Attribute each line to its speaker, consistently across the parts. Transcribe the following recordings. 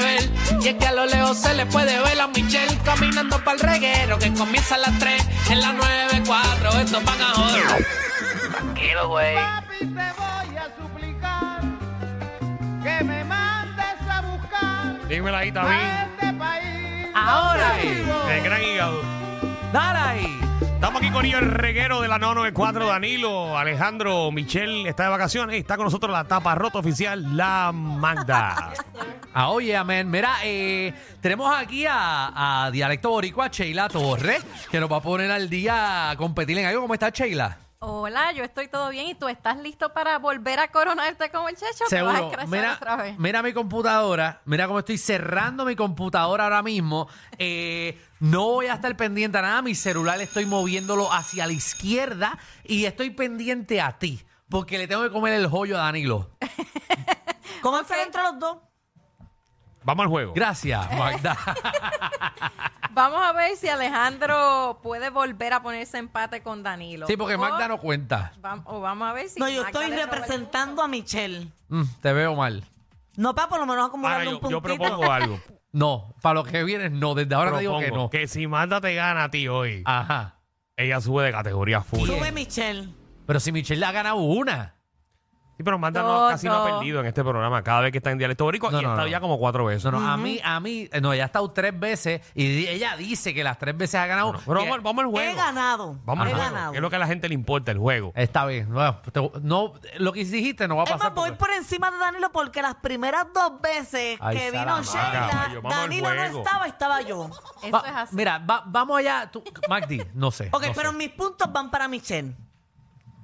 Speaker 1: ver. Y es que a lo lejos se le puede ver a Michelle caminando para el reguero. Que comienza a las 3, en las 9, 4. Estos van a joder. Tranquilo, güey.
Speaker 2: Papi, te voy a suplicar que me mandes a buscar
Speaker 3: Dímela ahí,
Speaker 2: a
Speaker 3: David.
Speaker 2: este país.
Speaker 1: Ahora.
Speaker 3: El gran hígado.
Speaker 1: Dale ahí.
Speaker 3: Estamos aquí con ellos, el reguero de la 994, Danilo, Alejandro, Michelle, está de vacaciones. Está con nosotros la tapa rota oficial, la Magda.
Speaker 4: Ah, oye, amén. Mira, eh, tenemos aquí a, a Dialecto Boricua, Sheila Torres, que nos va a poner al día a competir en algo. ¿Cómo está Sheila?
Speaker 5: Hola, yo estoy todo bien y tú estás listo para volver a coronarte como el checho. que Vas a crashar otra
Speaker 4: Mira,
Speaker 5: vez.
Speaker 4: mira mi computadora. Mira cómo estoy cerrando mi computadora ahora mismo. Eh, no voy a estar pendiente a nada. Mi celular estoy moviéndolo hacia la izquierda y estoy pendiente a ti. Porque le tengo que comer el joyo a Danilo.
Speaker 6: ¿Cómo fue entre los dos?
Speaker 3: Vamos al juego.
Speaker 4: Gracias, Magda.
Speaker 5: Vamos a ver si Alejandro puede volver a ponerse empate con Danilo.
Speaker 4: Sí, porque
Speaker 5: O
Speaker 4: Magda no cuenta.
Speaker 5: vam- o vamos a ver si.
Speaker 6: no, yo
Speaker 5: Magda
Speaker 6: estoy
Speaker 5: le roba el
Speaker 6: representando a Michelle.
Speaker 4: Mm, te veo mal.
Speaker 6: No, para por lo menos
Speaker 3: Ahora,
Speaker 6: acumularle
Speaker 3: yo,
Speaker 6: un puntito.
Speaker 3: yo propongo algo.
Speaker 4: No, para los que vienes no, desde ahora
Speaker 3: propongo
Speaker 4: te digo que no.
Speaker 3: si Manda te gana a ti hoy,
Speaker 4: Ajá.
Speaker 3: ella sube de categoría full.
Speaker 6: Sube Michelle.
Speaker 4: Pero si Michelle ha ganado una.
Speaker 3: Sí, pero Manda no, casi no ha
Speaker 5: Todo.
Speaker 3: perdido en este programa. Cada vez que está en dialecto borico,
Speaker 4: No,
Speaker 3: y
Speaker 4: no,
Speaker 3: está
Speaker 4: no.
Speaker 3: ya como cuatro veces.
Speaker 4: No, no, a mí, a mí, eh, no, ella ha estado tres veces y di- ella dice que las tres veces ha ganado.
Speaker 3: Bueno, pero
Speaker 4: Que-
Speaker 3: vamos, vamos al juego.
Speaker 6: He ganado.
Speaker 3: Vamos
Speaker 6: he
Speaker 3: al juego.
Speaker 6: ganado.
Speaker 3: que Es lo que a la gente le importa, el juego.
Speaker 5: Eh.
Speaker 4: Está bien. No, te- no, lo que dijiste no va a
Speaker 6: Es
Speaker 4: pasar.
Speaker 6: más, voy
Speaker 4: porque-
Speaker 6: por encima de Danilo porque las primeras dos veces
Speaker 4: Ay,
Speaker 6: que vino
Speaker 4: Salamanca,
Speaker 6: Sheila,
Speaker 3: caballo, vamos al
Speaker 6: Danilo
Speaker 3: juego.
Speaker 6: no estaba, estaba yo.
Speaker 5: balón. Eso
Speaker 4: Va-
Speaker 5: es así.
Speaker 4: Mira, va- vamos allá. Tú, Magdi, no sé.
Speaker 6: Ok,
Speaker 4: no
Speaker 6: pero
Speaker 4: sé,
Speaker 6: mis puntos van para Michelle.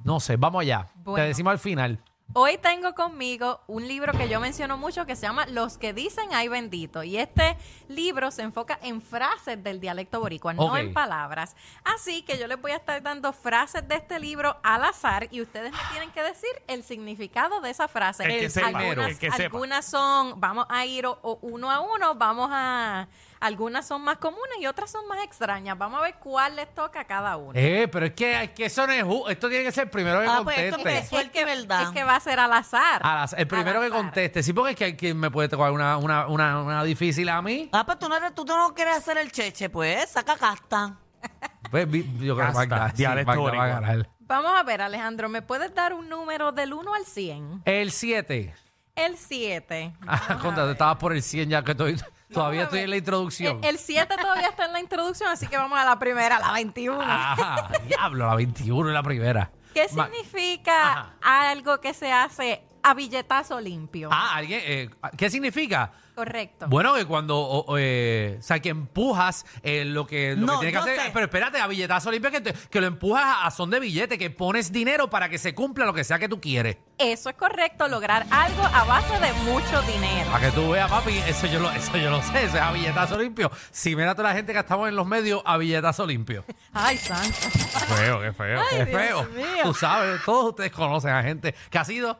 Speaker 4: no sé, vamos allá.
Speaker 5: Bueno.
Speaker 4: Te decimos al final.
Speaker 5: Hoy tengo conmigo un libro que yo menciono mucho que se llama Los que dicen ay bendito. Y este libro se enfoca en frases del dialecto boricua, no
Speaker 4: Ok.
Speaker 5: en palabras. Así que yo les voy a estar dando frases de este libro al azar y ustedes me tienen que decir el significado de esa frase.
Speaker 3: El que
Speaker 5: Algunas-
Speaker 3: sepa,
Speaker 5: algunas,
Speaker 3: el que sepa.
Speaker 5: algunas son, vamos a ir o- o uno a uno, vamos a... Algunas son más comunes y otras son más extrañas. Vamos a ver cuál les toca a cada uno.
Speaker 4: Eh, pero es que, es que eso no es ju- Esto tiene que ser el primero que
Speaker 6: Ah, pues, esto
Speaker 4: conteste.
Speaker 6: empezó. Suerte y verdad.
Speaker 5: es que va a ser al azar.
Speaker 4: A las- el primero
Speaker 5: Al
Speaker 4: que
Speaker 5: azar.
Speaker 4: conteste. Sí, porque es que hay quien me puede tocar una, una, una, una difícil a mí.
Speaker 6: Ah, pues tú no, eres- tú no quieres hacer el cheche, pues saca casta.
Speaker 4: Pues, vi- yo creo que
Speaker 3: Hasta
Speaker 4: Magda, sí,
Speaker 3: dialecto
Speaker 4: Magda va
Speaker 3: boricua.
Speaker 4: a ganar.
Speaker 5: Vamos a ver, Alejandro, ¿me puedes dar un número del 1 al 100?
Speaker 4: El 7.
Speaker 5: El 7.
Speaker 4: Ah, contra, te estabas por el 100 ya que estoy- todavía estoy en la introducción.
Speaker 5: El 7 todavía está en la introducción, así que vamos a la primera, la 21.
Speaker 3: Ah,
Speaker 4: Ajá, diablo, la 21 es la primera.
Speaker 5: ¿Qué
Speaker 4: Ma-
Speaker 5: significa
Speaker 4: Ajá.
Speaker 5: algo que se hace a billetazo limpio?
Speaker 4: Ah, alguien, eh, ¿qué significa?
Speaker 5: Correcto.
Speaker 4: Bueno, que cuando, o, o, eh, o sea, que empujas eh, lo que, lo que
Speaker 6: No,
Speaker 4: tienes que
Speaker 6: yo
Speaker 4: hacer.
Speaker 6: sé.
Speaker 4: Pero espérate, a billetazo limpio, que, te- que lo empujas a, a son de billete, que pones dinero para que se cumpla lo que sea que tú quieres.
Speaker 5: Eso es correcto, lograr algo a base de mucho dinero.
Speaker 4: Para que tú veas, papi, eso yo lo, eso yo lo sé, eso es a billetazo limpio. Si mira a toda la gente que estamos en los medios, a billetazo limpio.
Speaker 3: Ah.
Speaker 5: Ay, santo.
Speaker 3: Qué feo, qué feo.
Speaker 4: Es
Speaker 5: Dios
Speaker 4: feo.
Speaker 5: mío.
Speaker 4: Tú sabes, todos ustedes conocen a gente que ha sido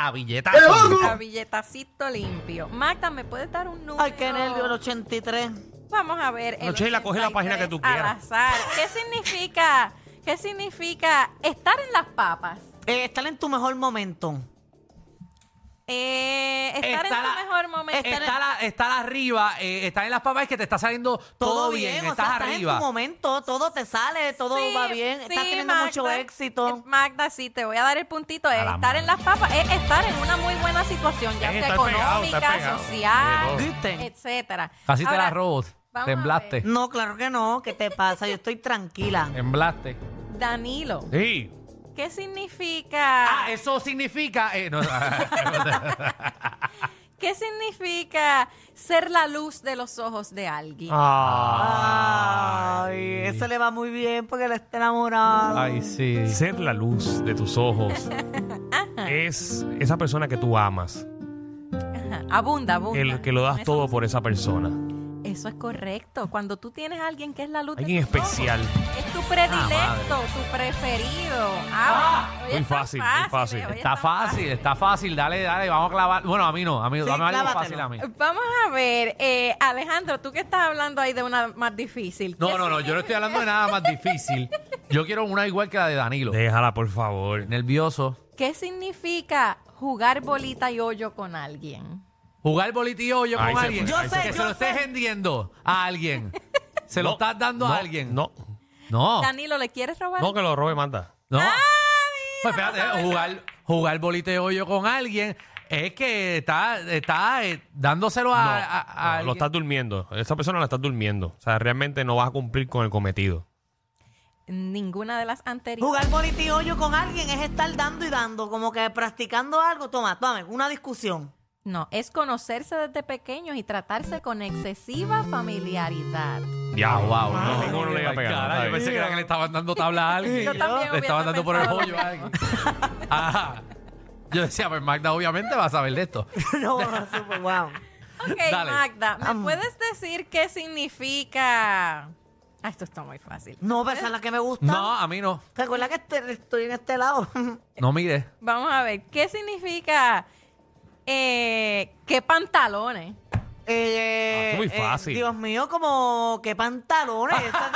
Speaker 4: a billetazo.
Speaker 5: A billetacito limpio. Magda, ¿me puedes dar un número?
Speaker 6: Ay, qué nervio, el 83.
Speaker 5: Vamos a ver.
Speaker 3: No, Sheila, coge la página que tú
Speaker 5: 83
Speaker 3: quieras.
Speaker 5: Al azar. ¿Qué significa, ¿Qué significa estar en las papas?
Speaker 6: Eh, estar en tu mejor momento.
Speaker 5: Eh, estar
Speaker 4: Estar
Speaker 5: en
Speaker 4: a-
Speaker 5: tu mejor momento.
Speaker 4: Está, la, está la arriba, eh, está en las papas, es que te está saliendo todo, bien,
Speaker 6: o
Speaker 4: estás
Speaker 6: sea,
Speaker 4: arriba.
Speaker 6: Estás en tu momento, todo te sale, todo
Speaker 5: Sí,
Speaker 6: va bien, estás
Speaker 5: sí,
Speaker 6: teniendo mucho
Speaker 5: Magda.
Speaker 6: éxito.
Speaker 5: Eh, Magda, sí, te voy a dar el puntito.
Speaker 4: A la
Speaker 5: estar en las papas es estar en una muy buena situación, ya
Speaker 3: Eh,
Speaker 5: sea
Speaker 3: estar pegado, estar
Speaker 5: económica,
Speaker 3: pegado.
Speaker 5: social,
Speaker 6: ¿Viste?
Speaker 5: etcétera.
Speaker 4: Casi te la
Speaker 5: Ahora,
Speaker 4: robó.
Speaker 5: vamos
Speaker 4: Temblaste.
Speaker 6: No, claro que no. ¿Qué te pasa? Yo estoy tranquila.
Speaker 4: Temblaste.
Speaker 5: Danilo,
Speaker 3: Sí.
Speaker 5: ¿Qué significa?
Speaker 4: Ah, eso significa. eh, no,
Speaker 6: eh.
Speaker 5: ¿Qué significa ser la luz de los ojos de alguien?
Speaker 3: Ah.
Speaker 5: Ah.
Speaker 6: Ay, eso le va muy bien porque él está enamorado.
Speaker 4: Ay, sí.
Speaker 3: Ser la luz de tus ojos es esa persona que tú amas,
Speaker 5: Ajá, Abunda, abunda.
Speaker 3: el que lo das
Speaker 5: Eso-
Speaker 3: todo por esa persona,
Speaker 5: Eso es correcto. Cuando tú tienes a alguien que es la luz de
Speaker 3: alguien
Speaker 5: tus ojos,
Speaker 3: especial.
Speaker 5: Es
Speaker 4: Ah,
Speaker 5: tu predilecto, tu preferido. Ah, oye,
Speaker 3: Muy
Speaker 5: está
Speaker 3: fácil, muy fácil.
Speaker 5: oye,
Speaker 4: Está fácil, está fácil. Dale, dale, vamos a clavar. Bueno, a mí no, a mí,
Speaker 6: Sí,
Speaker 4: dame algo
Speaker 6: clávatelo.
Speaker 4: fácil a mí.
Speaker 5: Vamos a ver, eh, Alejandro, tú que estás hablando ahí de una más difícil.
Speaker 4: No,
Speaker 5: ¿Qué
Speaker 4: no, no, yo no estoy hablando de nada más difícil. Yo quiero una igual que la de Danilo.
Speaker 3: Déjala, por favor.
Speaker 4: Nervioso.
Speaker 5: ¿Qué significa jugar bolita y hoyo con alguien?
Speaker 4: Jugar bolita y hoyo
Speaker 3: Ahí
Speaker 4: con
Speaker 3: se
Speaker 4: alguien.
Speaker 3: fue, ahí
Speaker 6: se
Speaker 4: que
Speaker 6: fue.
Speaker 4: se lo estés vendiendo a alguien. Se lo estás dando
Speaker 3: No,
Speaker 4: a alguien.
Speaker 3: No,
Speaker 4: No.
Speaker 5: Danilo, ¿le quieres robar?
Speaker 3: no que lo robe Manda.
Speaker 4: No. Pues espérate, jugar, jugar bolita de hoyo con alguien es que está, está eh, dándoselo a, a- a
Speaker 3: No, lo
Speaker 4: alguien.
Speaker 3: estás durmiendo. Esa persona la estás durmiendo. O sea, realmente no vas a cumplir con el cometido.
Speaker 5: Ninguna de las anteriores.
Speaker 6: Jugar bonito y hoyo con alguien es estar dando y dando, como que practicando algo. Toma, toma, una discusión.
Speaker 5: No, es conocerse desde pequeños y tratarse con excesiva familiaridad.
Speaker 3: Ya,
Speaker 4: Ah, wow,
Speaker 3: No,
Speaker 4: no.
Speaker 3: ninguno le iba a pegar,
Speaker 4: Cara,
Speaker 3: está
Speaker 4: yo
Speaker 3: bien.
Speaker 4: pensé que era que le estaban dando tabla a alguien.
Speaker 5: Yo también
Speaker 4: le estaban
Speaker 5: hubiese
Speaker 4: dando por el
Speaker 5: pensado lo
Speaker 4: hoyo a alguien. Ajá. Yo decía, pues Magda obviamente va a saber de esto.
Speaker 6: no, super wow.
Speaker 5: Ok,
Speaker 4: Dale.
Speaker 5: Magda, ¿me
Speaker 6: Am.
Speaker 5: puedes decir qué significa? Ah, esto está muy fácil.
Speaker 6: No, pero esa es la que me gusta.
Speaker 4: No, a mí no.
Speaker 6: ¿Te acuerdas que este- estoy en este lado?
Speaker 4: No mire.
Speaker 5: Vamos a ver, ¿qué significa eh, qué pantalones?
Speaker 6: Eh,
Speaker 3: Ah, es muy
Speaker 6: eh,
Speaker 3: fácil.
Speaker 6: Dios mío, como que pantalones. Esa-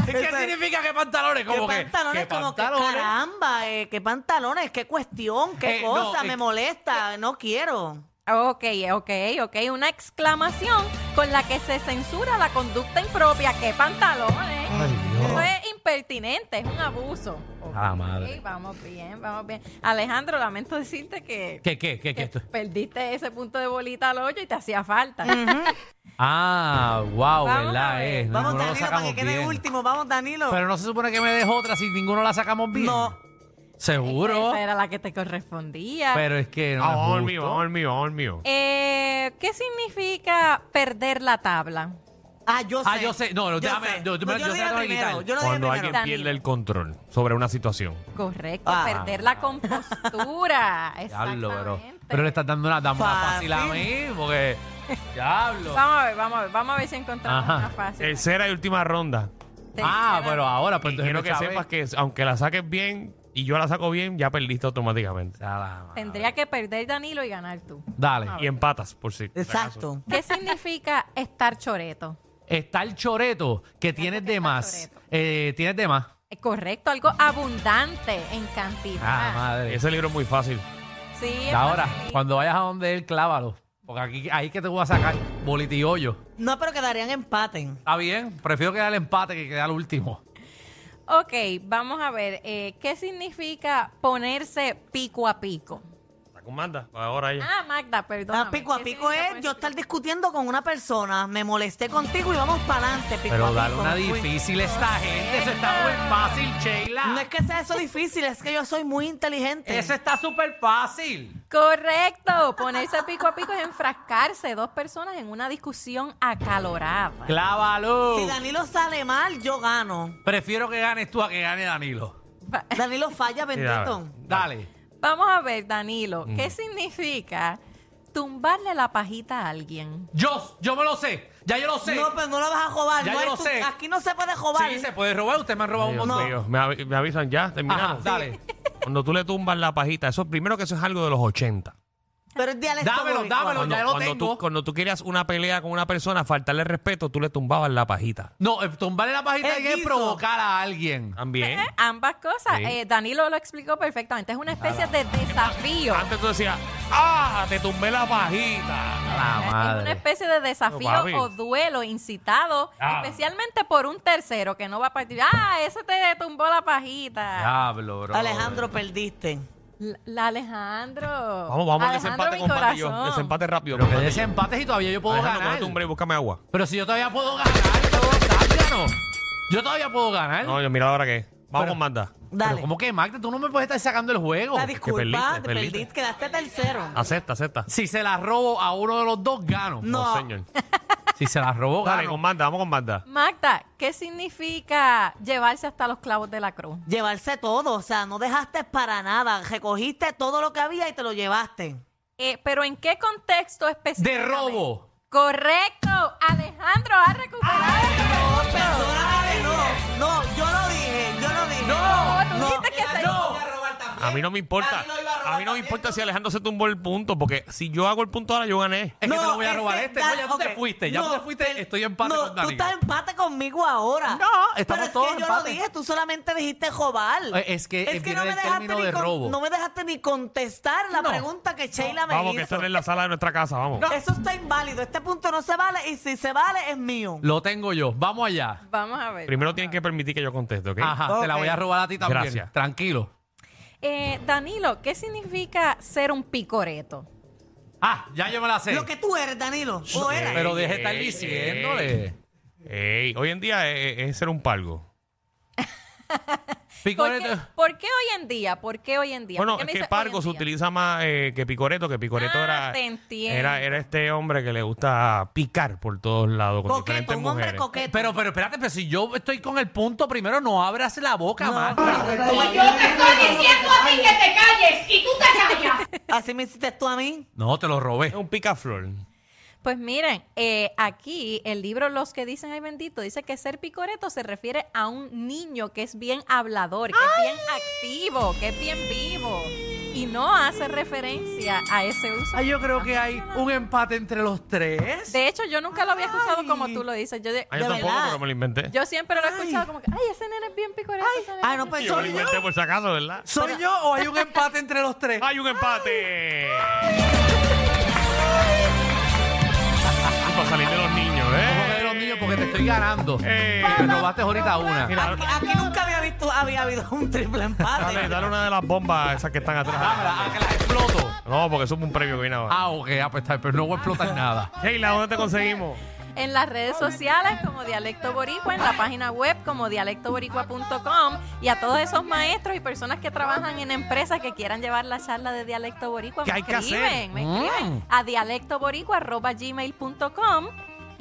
Speaker 4: ¿Qué
Speaker 6: esa-
Speaker 4: significa que pantalones?
Speaker 6: ¿Qué
Speaker 4: Como que,
Speaker 6: pantalones?
Speaker 4: que
Speaker 6: como
Speaker 4: pantalones.
Speaker 6: que caramba, eh, qué pantalones, qué cuestión, qué
Speaker 4: Eh, no,
Speaker 6: cosa,
Speaker 4: eh,
Speaker 6: me molesta, no quiero.
Speaker 5: Ok, ok, ok, una exclamación con la que se censura la conducta impropia. ¿Qué pantalones? Eso es impertinente, es un abuso. Ok,
Speaker 4: Ah, madre.
Speaker 5: Vamos bien, vamos bien. Alejandro, lamento decirte que,
Speaker 4: ¿Qué, qué, qué, qué?
Speaker 5: que
Speaker 4: esto?
Speaker 5: perdiste ese punto de bolita al hoyo y te hacía falta.
Speaker 4: Ah, wow,
Speaker 5: Vamos a
Speaker 4: ¿verdad?
Speaker 5: ver.
Speaker 4: Es, ninguno lo
Speaker 6: Vamos, Danilo, para que
Speaker 4: sacamos
Speaker 6: quede
Speaker 4: bien.
Speaker 6: último, vamos, Danilo.
Speaker 4: Pero no se supone que me dejo otra si ninguno la sacamos bien.
Speaker 6: No.
Speaker 4: Seguro.
Speaker 5: Esa era la que te correspondía.
Speaker 4: Pero es que no.
Speaker 3: Ah,
Speaker 4: es
Speaker 3: vamos al
Speaker 4: justo.
Speaker 3: mío, vamos al mío, vamos al mío.
Speaker 5: Eh, ¿Qué significa perder la tabla?
Speaker 6: ah, yo sé.
Speaker 4: Ah, yo sé. No, no, déjame- yo- yo me- yo
Speaker 6: lo
Speaker 4: trato de quitar.
Speaker 6: yo lo dije
Speaker 3: Cuando
Speaker 6: primero.
Speaker 3: alguien
Speaker 5: Danilo.
Speaker 3: pierde el control sobre una situación.
Speaker 5: Correcto,
Speaker 6: Ah.
Speaker 5: perder la compostura.
Speaker 4: Diablo, pero,
Speaker 5: Exactamente.
Speaker 4: pero le estás dando una dama fácil a
Speaker 6: Fácil.
Speaker 4: mí, porque. Diablo.
Speaker 5: Vamos a ver, vamos a ver, vamos a ver si encontramos
Speaker 4: Ajá.
Speaker 5: una fácil.
Speaker 3: Tercera y última ronda.
Speaker 4: Ah,
Speaker 5: Tercera.
Speaker 4: pero ahora, pues
Speaker 3: Y
Speaker 4: entonces
Speaker 3: quiero que
Speaker 4: me sabe.
Speaker 3: sepas que aunque la saques bien y yo la saco bien, ya perdiste automáticamente.
Speaker 4: Ya la madre.
Speaker 5: Tendría que perder Danilo y ganar tú.
Speaker 4: Dale.
Speaker 3: Y empatas, por si.
Speaker 6: Exacto.
Speaker 5: ¿Qué significa estar choreto?
Speaker 4: Está el choreto que tienes de
Speaker 5: está
Speaker 4: más.
Speaker 5: choreto.
Speaker 4: Eh, tienes de más.
Speaker 5: Eh, Correcto, algo abundante en cantidad.
Speaker 4: Ah, madre.
Speaker 3: Ese libro es muy fácil.
Speaker 5: Sí, es
Speaker 4: Ahora,
Speaker 5: facilito.
Speaker 4: cuando vayas a donde él, clávalo. Porque aquí, ahí que te voy a sacar bolita y hoyo.
Speaker 6: No, pero quedarían empaten.
Speaker 4: Está bien, prefiero quedar el empate que quedar el último.
Speaker 5: Ok, vamos a ver. eh, ¿Qué significa ponerse pico a pico?
Speaker 3: La comanda, ahora ella.
Speaker 5: Ah, Magda, perdón.
Speaker 6: Ah, pico a pico es yo estar discutiendo con una persona, me molesté contigo y vamos para adelante, pico a
Speaker 4: Pero
Speaker 6: pico.
Speaker 4: dale una
Speaker 6: me fui.
Speaker 4: difícil a esta gente. Eso está muy fácil, Sheila.
Speaker 6: No es que sea eso difícil, es que yo soy muy inteligente.
Speaker 4: Eso está súper fácil.
Speaker 5: Correcto, ponerse pico a pico es enfrascarse dos personas en una discusión acalorada.
Speaker 4: Clávalo.
Speaker 6: Si Danilo sale mal, yo gano.
Speaker 4: Prefiero que ganes tú a que gane Danilo.
Speaker 5: Va-
Speaker 6: Danilo falla, bendito.
Speaker 4: Dale.
Speaker 5: Vamos a ver, Danilo, ¿qué significa tumbarle la pajita a alguien?
Speaker 4: Yo, yo me lo sé. Ya yo lo sé.
Speaker 6: No, pero no lo vas a robar.
Speaker 4: Ya
Speaker 6: no
Speaker 4: yo
Speaker 6: es
Speaker 4: lo
Speaker 6: tu-
Speaker 4: sé.
Speaker 6: Aquí no se puede robar.
Speaker 4: sí, se puede robar. Usted me han robado
Speaker 3: Ay,
Speaker 4: un
Speaker 3: Dios
Speaker 4: montón.
Speaker 3: mío. Me, avi- me avisan ya,
Speaker 4: Ah, Ajá,
Speaker 3: terminamos.
Speaker 4: dale.
Speaker 3: Cuando tú le tumbas la pajita, eso primero que eso es algo de los 80.
Speaker 6: Pero es dialecto
Speaker 4: Dámelo,
Speaker 6: boricua.
Speaker 4: dámelo.
Speaker 3: Cuando,
Speaker 4: ya lo
Speaker 3: cuando
Speaker 4: tengo.
Speaker 3: Tú, cuando tú querías una pelea con una persona, faltarle respeto, tú le tumbabas la pajita.
Speaker 4: No, eh, tumbarle la pajita
Speaker 6: Es
Speaker 4: hay que
Speaker 6: guiso.
Speaker 4: provocar a alguien.
Speaker 5: ¿Eh?
Speaker 3: También.
Speaker 5: Ambas cosas,
Speaker 3: Sí.
Speaker 5: eh, Danilo lo explicó perfectamente, es una especie de desafío.
Speaker 3: Antes tú decías, ¡ah! Te tumbé la pajita.
Speaker 4: La
Speaker 5: Es una especie de
Speaker 3: No, papi.
Speaker 5: desafío o duelo incitado,
Speaker 3: Ah.
Speaker 5: especialmente por un tercero que no va a partir. Ah, ese te tumbó la pajita.
Speaker 4: Diablo, bro.
Speaker 6: Alejandro, perdiste.
Speaker 5: La- La Alejandro.
Speaker 3: Vamos, vamos al
Speaker 5: Alejandro,
Speaker 3: desempate
Speaker 5: mi
Speaker 3: con Mati y yo.
Speaker 5: corazón.
Speaker 3: Desempate rápido.
Speaker 4: Pero que
Speaker 3: Mati.
Speaker 4: desempates y todavía yo puedo
Speaker 3: Alejandro,
Speaker 4: ganar.
Speaker 3: cógete un break, búscame agua.
Speaker 4: Pero si yo todavía puedo ganar, yo todavía puedo ganar. Yo todavía puedo ganar.
Speaker 3: No, yo mira ahora que. Vamos,
Speaker 4: Pero-
Speaker 3: manda.
Speaker 6: Dale.
Speaker 4: Pero como que, Magda, tú no me puedes estar sacando el juego.
Speaker 6: La
Speaker 3: que perdiste,
Speaker 6: disculpa, te
Speaker 3: perdiste. Ah.
Speaker 6: perdiste, quedaste tercero.
Speaker 3: Acepta, acepta.
Speaker 4: Si se la robo a uno de los dos, gano.
Speaker 6: No.
Speaker 3: señor.
Speaker 4: Si se la robo,
Speaker 3: Dale, con
Speaker 4: gano.
Speaker 3: Magda, vamos con Magda.
Speaker 5: Magda, ¿qué significa llevarse hasta los clavos de la cruz?
Speaker 6: Llevarse todo, o sea, no dejaste para nada. Recogiste todo lo que había y te lo llevaste.
Speaker 5: Eh, Pero ¿en qué contexto específico?
Speaker 4: De robo.
Speaker 5: Correcto. Alejandro ha recuperado. el punto.
Speaker 6: Perdóname, no, no, yo lo dije, yo lo dije.
Speaker 5: No, tú dijiste que se-
Speaker 3: A mí no me importa. A mí no me importa si Alejandro se tumbó el punto, porque si yo hago el punto ahora, yo gané.
Speaker 4: Es que te
Speaker 6: No,
Speaker 4: lo voy a robar
Speaker 6: ese-
Speaker 4: este. No, ya tú
Speaker 6: dale,
Speaker 4: te
Speaker 6: ok.
Speaker 4: fuiste. Ya
Speaker 6: No,
Speaker 4: tú te fuiste. Estoy en empate
Speaker 6: no,
Speaker 4: con
Speaker 6: tú
Speaker 4: Dani.
Speaker 6: estás en empate conmigo ahora.
Speaker 4: No, estamos
Speaker 6: Pero
Speaker 4: todos
Speaker 6: es que
Speaker 4: en
Speaker 6: yo
Speaker 4: empate.
Speaker 6: lo dije, tú solamente dijiste jobar.
Speaker 4: Eh, es que, eh, viene del término
Speaker 6: ni
Speaker 4: de robo.
Speaker 6: no me dejaste ni contestar la pregunta que Sheila me
Speaker 3: Vamos,
Speaker 6: hizo.
Speaker 3: que esto es en la sala de nuestra casa, vamos.
Speaker 6: Eso está inválido. Este punto no se vale y si se vale es mío.
Speaker 4: Lo tengo yo. Vamos allá.
Speaker 5: Vamos a ver.
Speaker 3: Primero tienen que permitir que yo conteste, ¿ok?
Speaker 4: Ajá, te la
Speaker 6: Ok.
Speaker 4: voy a robar a ti también.
Speaker 3: Gracias.
Speaker 4: Tranquilo.
Speaker 5: Eh, Danilo, ¿qué significa ser un picoreto?
Speaker 4: Ah, ya yo me la sé.
Speaker 6: Lo que tú eres, Danilo. O eras.
Speaker 4: Pero deje de estar
Speaker 3: Ey, ey,
Speaker 4: diciéndole.
Speaker 3: eh. Ey, hoy en día es, es ser un palgo.
Speaker 5: ¿Por qué,
Speaker 4: Picoreto.
Speaker 5: por qué hoy en día? ¿Por qué hoy en día?
Speaker 3: Bueno,
Speaker 5: ¿Por
Speaker 3: es
Speaker 5: qué me
Speaker 3: que
Speaker 5: dices hoy
Speaker 3: Pargo
Speaker 5: en
Speaker 3: se
Speaker 5: día?
Speaker 3: utiliza más eh, que Picoreto, que Picoreto
Speaker 5: Ah,
Speaker 3: era,
Speaker 5: te entiendo.
Speaker 3: era era este hombre que le gusta picar por todos lados con
Speaker 6: coqueto,
Speaker 3: diferentes
Speaker 6: un hombre
Speaker 3: mujeres.
Speaker 6: coqueto.
Speaker 4: eh, Pero, pero espérate, pero si yo estoy con el punto primero, no abras la boca, Magda.
Speaker 7: Yo te estoy diciendo a ti que te calles y tú te callas.
Speaker 6: Así me hiciste tú a mí.
Speaker 4: No, te lo robé.
Speaker 3: Es un picaflor.
Speaker 5: Pues miren, eh, aquí el libro Los que dicen ay bendito dice que ser picoreto se refiere a un niño que es bien hablador, que es bien activo, que es bien vivo y no hace referencia a ese uso.
Speaker 4: Ah, yo creo que hay un empate entre los tres.
Speaker 5: De hecho, yo nunca lo había escuchado como tú lo dices. Yo, de-
Speaker 3: Ah, yo
Speaker 6: De
Speaker 3: tampoco,
Speaker 6: verdad.
Speaker 3: pero me lo inventé.
Speaker 5: yo siempre lo he escuchado como que, ay, ese nene es bien picoreto. ese nene
Speaker 6: Ah,
Speaker 5: es
Speaker 6: no,
Speaker 5: bien
Speaker 6: pues
Speaker 3: Yo me lo
Speaker 6: soy yo.
Speaker 3: inventé por si acaso, ¿verdad?
Speaker 4: ¿Soy yo o hay un empate entre los tres?
Speaker 3: ¡Hay un empate! Para salir de los niños,
Speaker 4: ¿Cómo que
Speaker 3: ¿eh?
Speaker 4: de los niños? Porque te estoy ganando.
Speaker 3: Eh.
Speaker 4: Y me robaste ahorita una.
Speaker 6: Aquí, aquí nunca había visto, había habido un triple
Speaker 3: Dale,
Speaker 6: empate.
Speaker 3: dale una de las bombas esas que están atrás.
Speaker 4: Dámela, a que la exploto.
Speaker 3: No, porque eso es un premio que viene ahora.
Speaker 4: Ah, ok, ah, pues, está, pero no voy a explotar nada.
Speaker 3: Sheila, ¿dónde te conseguimos?
Speaker 5: en las redes sociales como Dialecto Boricua, en la página web como dialectoboricua.com y a todos esos maestros y personas que trabajan en empresas que quieran llevar la charla de Dialecto Boricua,
Speaker 3: ¿Qué
Speaker 5: me
Speaker 3: hay que hacer? Mm.
Speaker 5: escriben, me escriben a dialectoboricua.gmail.com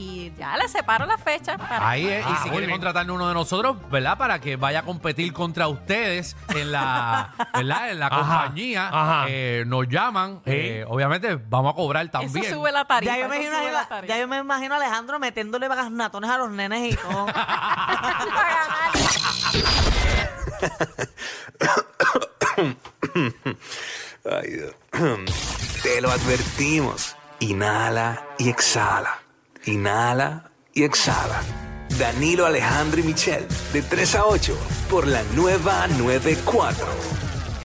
Speaker 5: y ya les separo la fecha para
Speaker 4: Ahí es,
Speaker 3: Ah,
Speaker 4: y si
Speaker 3: muy
Speaker 4: quieren
Speaker 3: bien.
Speaker 4: contratarle uno de nosotros, ¿verdad? Para que vaya a competir contra ustedes en la, ¿verdad? En la
Speaker 3: Ajá,
Speaker 4: compañía,
Speaker 3: ajá.
Speaker 4: Eh, nos llaman,
Speaker 3: Sí.
Speaker 4: eh, obviamente vamos a cobrar
Speaker 5: eso
Speaker 4: también.
Speaker 5: sube la tarifa.
Speaker 6: Ya yo, me
Speaker 5: eso
Speaker 6: imagino,
Speaker 5: sube la
Speaker 6: ya
Speaker 5: tarifa.
Speaker 6: yo me imagino a Alejandro metiéndole natones a los nenes y todo.
Speaker 5: Para ganar.
Speaker 8: Ay, Dios. Te lo advertimos. Inhala y exhala. Inhala y exhala. Danilo Alejandro y Michel, de 3 a 8, por la nueva 94.